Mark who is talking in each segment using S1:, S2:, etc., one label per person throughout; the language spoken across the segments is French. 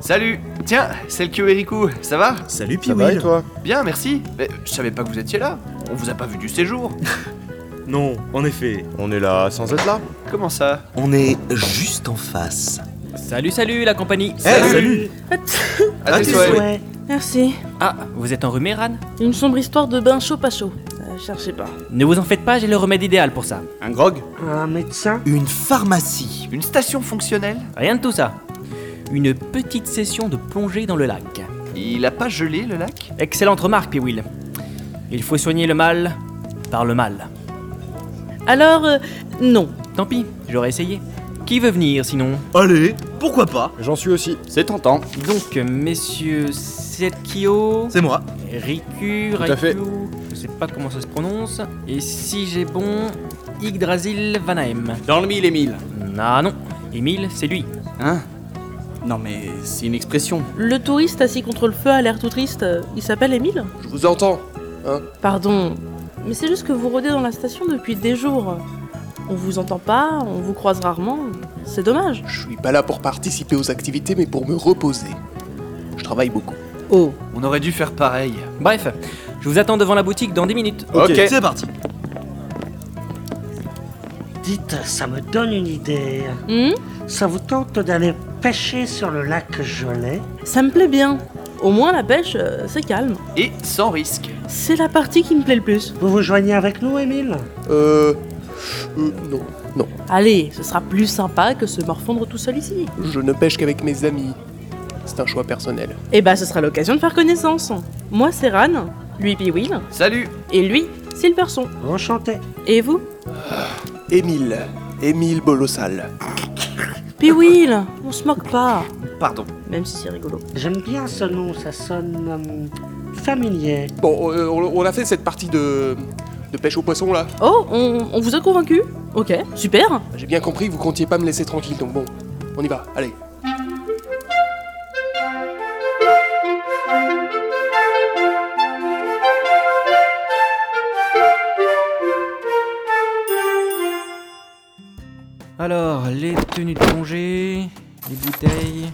S1: Salut Tiens, c'est le Kyoeriku, ça va
S2: Salut
S3: Ça va et
S2: Piwil
S3: toi
S1: Bien, merci. Mais je savais pas que vous étiez là. On vous a pas vu du séjour.
S2: Non, en effet.
S3: On est là sans être là.
S1: Comment ça
S4: On est juste en face.
S5: Salut, salut la compagnie
S2: Eh, salut
S4: Ah,
S1: À tes souhaits.
S6: Ouais, merci.
S5: Ah, vous êtes enrhumé, Ran
S6: Une sombre histoire de bain chaud pas chaud. Euh, cherchez pas.
S5: Ne vous en faites pas, j'ai le remède idéal pour ça.
S3: Un grog
S7: Un médecin
S4: Une pharmacie.
S1: Une station fonctionnelle
S5: Rien de tout ça. Une petite session de plongée dans le lac.
S1: Il a pas gelé le lac
S5: Excellente remarque, Piwil. Il faut soigner le mal par le mal.
S6: Alors, euh, non.
S5: Tant pis, j'aurais essayé. Qui veut venir sinon
S4: Allez, pourquoi pas
S3: J'en suis aussi.
S8: C'est tentant.
S5: Donc, euh, messieurs Setkio,
S4: C'est moi.
S5: Riku,
S3: Tout à fait.
S5: Raikou, je sais pas comment ça se prononce, et si j'ai bon, Yggdrasil Vanahem.
S8: Dans le mille et mille.
S5: Ah non, Émile, c'est lui.
S8: Hein Non mais c'est une expression.
S6: Le touriste assis contre le feu a l'air tout triste. euh, Il s'appelle Émile
S3: Je vous entends. hein.
S6: Pardon. Mais c'est juste que vous rôdez dans la station depuis des jours. On vous entend pas, on vous croise rarement. C'est dommage.
S9: Je suis pas là pour participer aux activités, mais pour me reposer. Je travaille beaucoup.
S6: Oh.
S1: On aurait dû faire pareil.
S5: Bref, je vous attends devant la boutique dans 10 minutes.
S3: Ok.
S4: C'est parti.
S7: Dites, ça me donne une idée.
S6: Hmm
S7: Ça vous tente d'aller pêcher sur le lac gelé
S6: Ça me plaît bien. Au moins la pêche, euh, c'est calme.
S1: Et sans risque.
S6: C'est la partie qui me plaît le plus.
S7: Vous vous joignez avec nous, Émile
S9: Euh. euh, non,
S6: Allez, ce sera plus sympa que se morfondre tout seul ici.
S9: je ne pêche qu'avec mes amis. C'est un choix personnel.
S6: Et bah, ce sera l'occasion de faire connaissance. Moi, c'est Ran, lui, Piwil,
S1: Salut
S6: et lui, Silverson.
S7: Enchanté.
S6: Et vous
S9: Émile. Émile Bolossal.
S6: Piwil, on se moque pas.
S1: Pardon.
S6: Même si c'est rigolo.
S7: J'aime bien ce nom, ça sonne euh, familier.
S9: Bon, euh, on, on a fait cette partie de. de pêche au poisson là.
S6: Oh, on, on vous a convaincu Ok, super.
S9: J'ai bien compris que vous comptiez pas me laisser tranquille, donc bon, on y va, allez.
S5: Alors, les tenues de plongée, les bouteilles,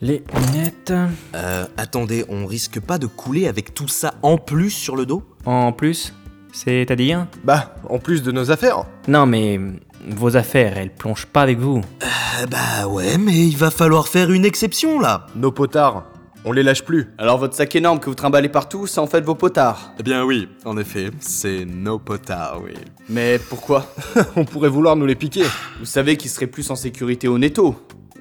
S5: les lunettes.
S4: Euh, attendez, on risque pas de couler avec tout ça en plus sur le dos
S5: En plus, c'est-à-dire
S3: Bah, en plus de nos affaires.
S5: Non mais euh, vos affaires, elles plongent pas avec vous.
S4: Euh, Bah ouais, mais il va falloir faire une exception là.
S3: Nos potards, on les lâche plus.
S8: Alors votre sac énorme que vous trimballez partout, c'est en fait vos potards.
S10: Eh bien oui, en effet, c'est nos potards, oui.
S8: Mais pourquoi
S3: On pourrait vouloir nous les piquer.
S8: Vous savez qu'ils seraient plus en sécurité au netto.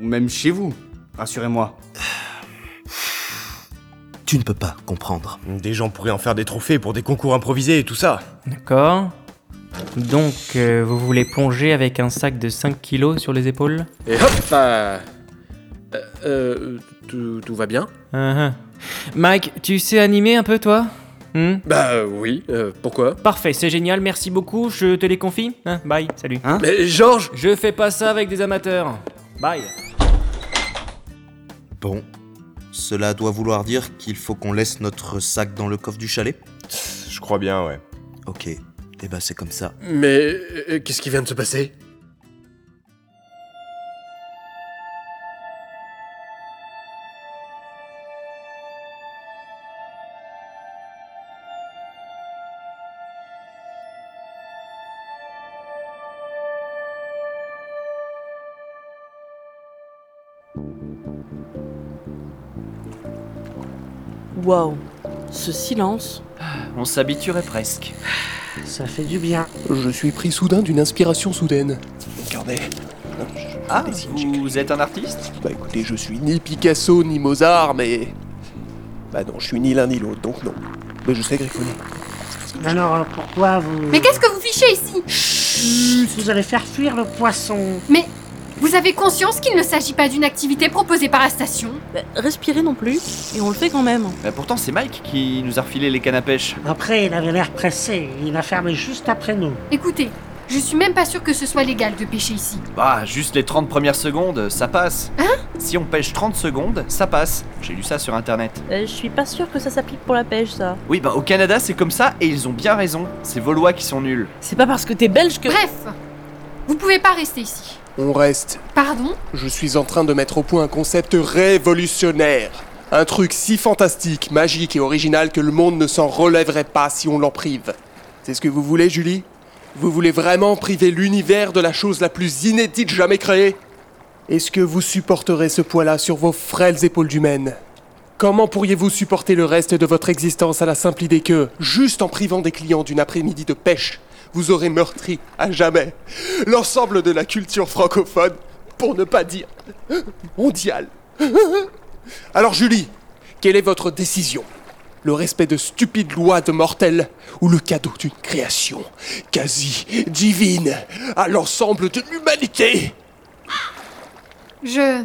S8: Ou même chez vous. Rassurez-moi.
S4: Tu ne peux pas comprendre.
S3: Des gens pourraient en faire des trophées pour des concours improvisés et tout ça.
S5: D'accord Donc, euh, vous voulez plonger avec un sac de 5 kilos sur les épaules
S8: Et hop
S11: bah, Euh, tout, tout va bien
S5: Hein, hein. Mike, tu sais animer un peu toi Hmm
S11: Bah euh, oui, euh, pourquoi
S5: Parfait, c'est génial, merci beaucoup, je te les confie. Hein, bye, salut.
S11: Mais Georges
S5: Je fais pas ça avec des amateurs. Bye.
S4: Bon, cela doit vouloir dire qu'il faut qu'on laisse notre sac dans le coffre du chalet
S3: Je crois bien, ouais.
S4: Ok, eh bah c'est comme ça.
S11: Mais euh, qu'est-ce qui vient de se passer
S6: Waouh. Ce silence.
S1: On s'habituerait presque.
S7: Ça fait du bien.
S9: Je suis pris soudain d'une inspiration soudaine. Regardez. Non, je- je
S1: Ah,
S9: dessine,
S1: vous êtes un artiste
S9: Bah écoutez, je suis ni Picasso ni Mozart, mais. Bah non, je suis ni l'un ni l'autre, donc non. Mais je sais griffonner.
S7: Alors, euh, pourquoi vous...
S12: Mais qu'est-ce que vous fichez ici
S7: Vous allez faire fuir le poisson.
S12: Vous avez conscience qu'il ne s'agit pas d'une activité proposée par la station
S6: Bah, respirez non plus, et on le fait quand même.
S1: Bah pourtant, c'est Mike qui nous a refilé les cannes à pêche.
S7: Après, il avait l'air pressé. Il a fermé juste après nous.
S12: Écoutez, je suis même pas sûre que ce soit légal de pêcher ici.
S1: Bah, juste les 30 premières secondes, ça passe. si on pêche 30 secondes, ça passe. J'ai lu ça sur internet.
S6: Euh, je suis pas sûre que ça s'applique pour la pêche, ça.
S1: Oui, bah au Canada, c'est comme ça et ils ont bien raison. C'est vos lois qui sont nulles.
S6: C'est pas parce que t'es belge que.
S12: Bref, vous pouvez pas rester ici.
S9: On reste.
S12: Pardon
S9: Je suis en train de mettre au point un concept révolutionnaire. Un truc si fantastique, magique et original que le monde ne s'en relèverait pas si on l'en prive. C'est ce que vous voulez, Julie Vous voulez vraiment priver l'univers de la chose la plus inédite jamais créée Est-ce que vous supporterez ce poids-là sur vos frêles épaules humaines Comment pourriez-vous supporter le reste de votre existence à la simple idée que, juste en privant des clients d'une après-midi de pêche, vous aurez meurtri à jamais l'ensemble de la culture francophone, pour ne pas dire mondiale Alors Julie, quelle est votre décision Le respect de stupides lois de mortels ou le cadeau d'une création quasi divine à l'ensemble de l'humanité
S12: Je.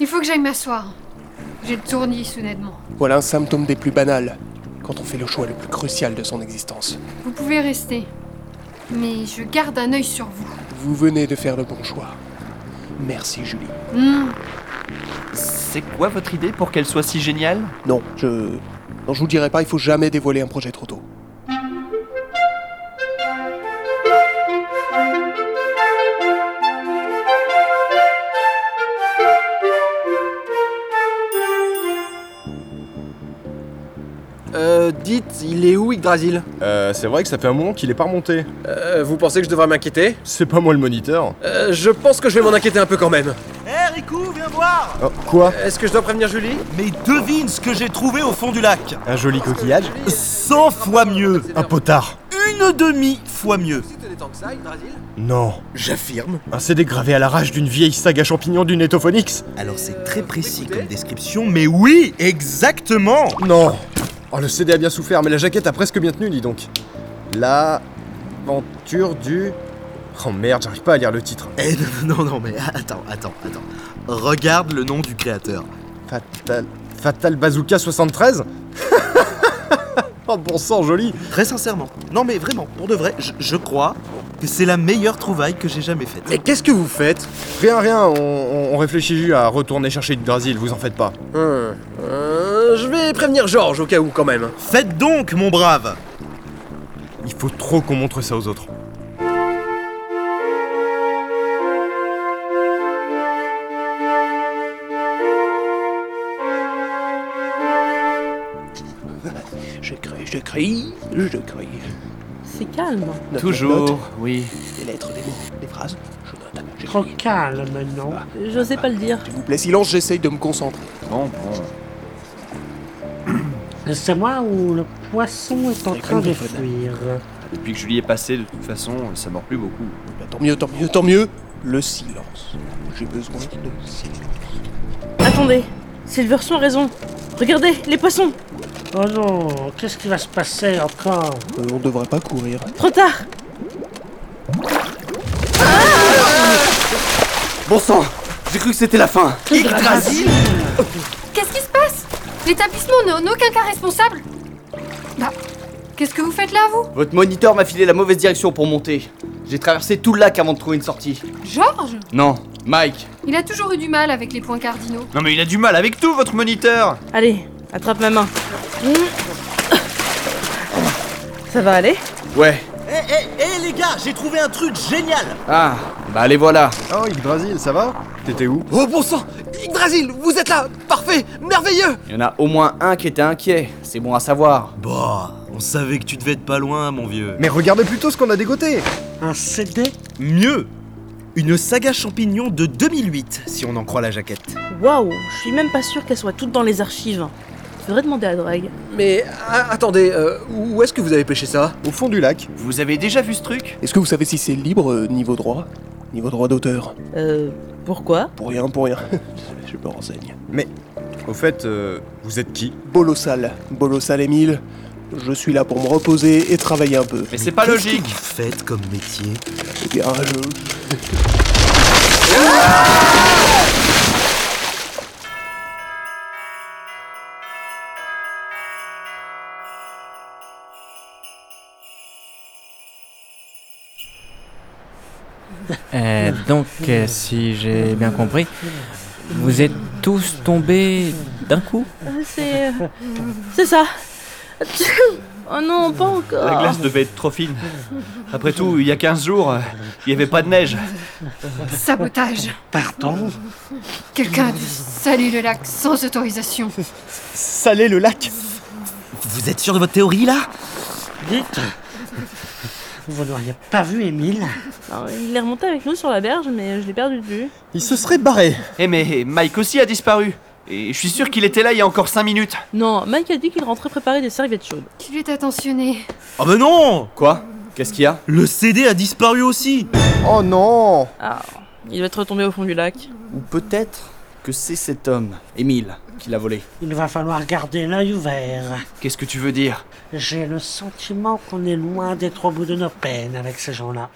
S12: Il faut que j'aille m'asseoir. J'ai le tournis soudainement.
S9: Voilà un symptôme des plus banals quand on fait le choix le plus crucial de son existence.
S12: Vous pouvez rester. Mais je garde un œil sur vous.
S9: Vous venez de faire le bon choix. Merci Julie.
S12: Hmm,
S1: C'est quoi votre idée pour qu'elle soit si géniale
S9: Non, je. Non, je vous le dirai pas, il faut jamais dévoiler un projet trop tôt.
S8: Euh, dites, il est où Yggdrasil
S3: Euh, c'est vrai que ça fait un moment qu'il est pas remonté.
S11: Euh, vous pensez que je devrais m'inquiéter
S3: C'est pas moi le moniteur.
S11: Euh, Je pense que je vais m'en inquiéter un peu quand même.
S13: Hé
S3: Eh,
S13: Riku, viens voir
S3: Oh, quoi
S11: Est-ce que je dois prévenir Julie
S13: Mais devine ce que j'ai trouvé au fond du lac
S3: Un joli coquillage
S13: 100 fois mieux
S3: Un potard
S13: Une demi fois mieux
S3: Non.
S13: J'affirme.
S3: Un CD gravé à l'arrache d'une vieille saga champignon du Netophonix
S13: Alors c'est très précis comme description, mais oui, exactement
S3: Non Oh, le CD a bien souffert, mais la jaquette a presque bien tenu, dis donc. L'aventure du... Oh merde, j'arrive pas à lire le titre.
S13: Eh non, non, non, mais attends, attends, attends. Regarde le nom du créateur.
S3: Fatal... Fatal Bazooka 73 Oh bon sang, joli
S13: Très sincèrement. Non mais vraiment, pour de vrai, je, je crois que c'est la meilleure trouvaille que j'ai jamais faite.
S11: Mais qu'est-ce que vous faites
S3: Rien, rien, on, on- on réfléchit juste à retourner chercher Yggdrasil, vous en faites pas.
S11: Hum, euh, Je vais prévenir Georges au cas où quand même.
S13: Faites donc, mon brave
S3: Il faut trop qu'on montre ça aux autres.
S9: J'écris, j'écris, j'écris.
S6: C'est calme.
S9: Note, note,
S1: Toujours,
S9: note.
S1: oui.
S9: Des lettres, des mots, des phrases. Je note, j'écris.
S7: Trop calme, non
S6: J'osais pas le dire.
S9: S'il vous plaît, silence, j'essaye de me concentrer.
S1: Bon, bon.
S7: C'est moi où le poisson est en
S9: C'est
S7: train de
S9: Grindelwald.
S7: fuir.
S1: Depuis que Julie est passée, de toute façon, ça mord plus beaucoup.
S9: Bah, tant mieux, tant mieux, tant mieux. Le silence. J'ai besoin de silence.
S6: Attendez, Silverson a raison. Regardez, les poissons
S7: Oh non, qu'est-ce qui va se passer encore
S9: Euh, on devrait pas courir.
S6: Trop tard
S8: Bon sang J'ai cru que c'était la fin
S12: Yggdrasil Qu'est-ce qui se passe L'établissement n'a en aucun cas responsable Bah, qu'est-ce que vous faites là, vous
S8: Votre moniteur m'a filé la mauvaise direction pour monter. J'ai traversé tout le lac avant de trouver une sortie.
S12: Georges
S8: Non, Mike
S12: Il a toujours eu du mal avec les points cardinaux.
S1: Non mais il a du mal avec tout, votre moniteur
S6: Allez, attrape ma main. Hmm. Ça va aller
S8: Ouais.
S13: Eh, eh, eh les gars, j'ai trouvé un truc génial
S8: Ah, bah les voilà.
S3: Oh, Yggdrasil, ça va T'étais où
S8: Oh bon sang Yggdrasil, vous êtes là Parfait Merveilleux Il y en a au moins un qui était inquiet, c'est bon à savoir.
S13: Bah, on savait que tu devais être pas loin, mon vieux.
S3: Mais regardez plutôt ce qu'on a dégoté
S7: Un CD
S13: Mieux Une saga champignon de 2008, si on en croit la jaquette.
S6: Waouh, je suis même pas sûre qu'elles soient toutes dans les archives. Je devrais demander à Drag.
S11: Mais a- attendez, euh, où est-ce que vous avez pêché ça
S3: Au fond du lac.
S1: Vous avez déjà vu ce truc
S9: Est-ce que vous savez si c'est libre euh, niveau droit Niveau droit d'auteur
S6: Euh, pourquoi
S9: Pour rien, pour rien. Je me renseigne.
S3: Au fait, euh, vous êtes qui
S9: Bolossal. Bolossal Emile. Je suis là pour me reposer et travailler un peu.
S1: Mais c'est pas
S13: Qu'est-ce que
S1: logique
S13: vous faites comme métier
S9: Eh bien, je-
S5: Euh, donc, euh, si j'ai bien compris, vous êtes tous tombés d'un coup
S6: euh, C'est. C'est ça Oh non, pas encore.
S1: La
S8: Ah.
S1: glace devait être trop fine. Après tout, il y a 15 jours, euh, il n'y avait pas de neige.
S12: Sabotage.
S1: Pardon
S12: Quelqu'un a dû saler le lac sans autorisation.
S13: Saler le lac Vous êtes sûr de votre théorie là
S7: Dites, vous n'auriez pas vu Émile
S6: Alors, il est remonté avec nous sur la berge, mais je l'ai perdu de vue.
S1: Il se serait barré. Eh mais Mike aussi a disparu. Et je suis sûr qu'il était là il y a encore 5 minutes.
S6: Non, Mike a dit qu'il rentrait préparer des serviettes chaudes.
S12: Qu'il est attentionné.
S13: Ah bah non
S8: Quoi Qu'est-ce qu'il y a
S13: Le CD a disparu aussi
S11: Oh non
S6: Ah, il va être retombé au fond du lac.
S8: Ou peut-être que c'est cet homme, Émile, qui l'a volé.
S7: Il va falloir garder l'œil ouvert.
S1: Qu'est-ce que tu veux dire
S7: J'ai le sentiment qu'on est loin d'être au bout de nos peines avec ces gens-là.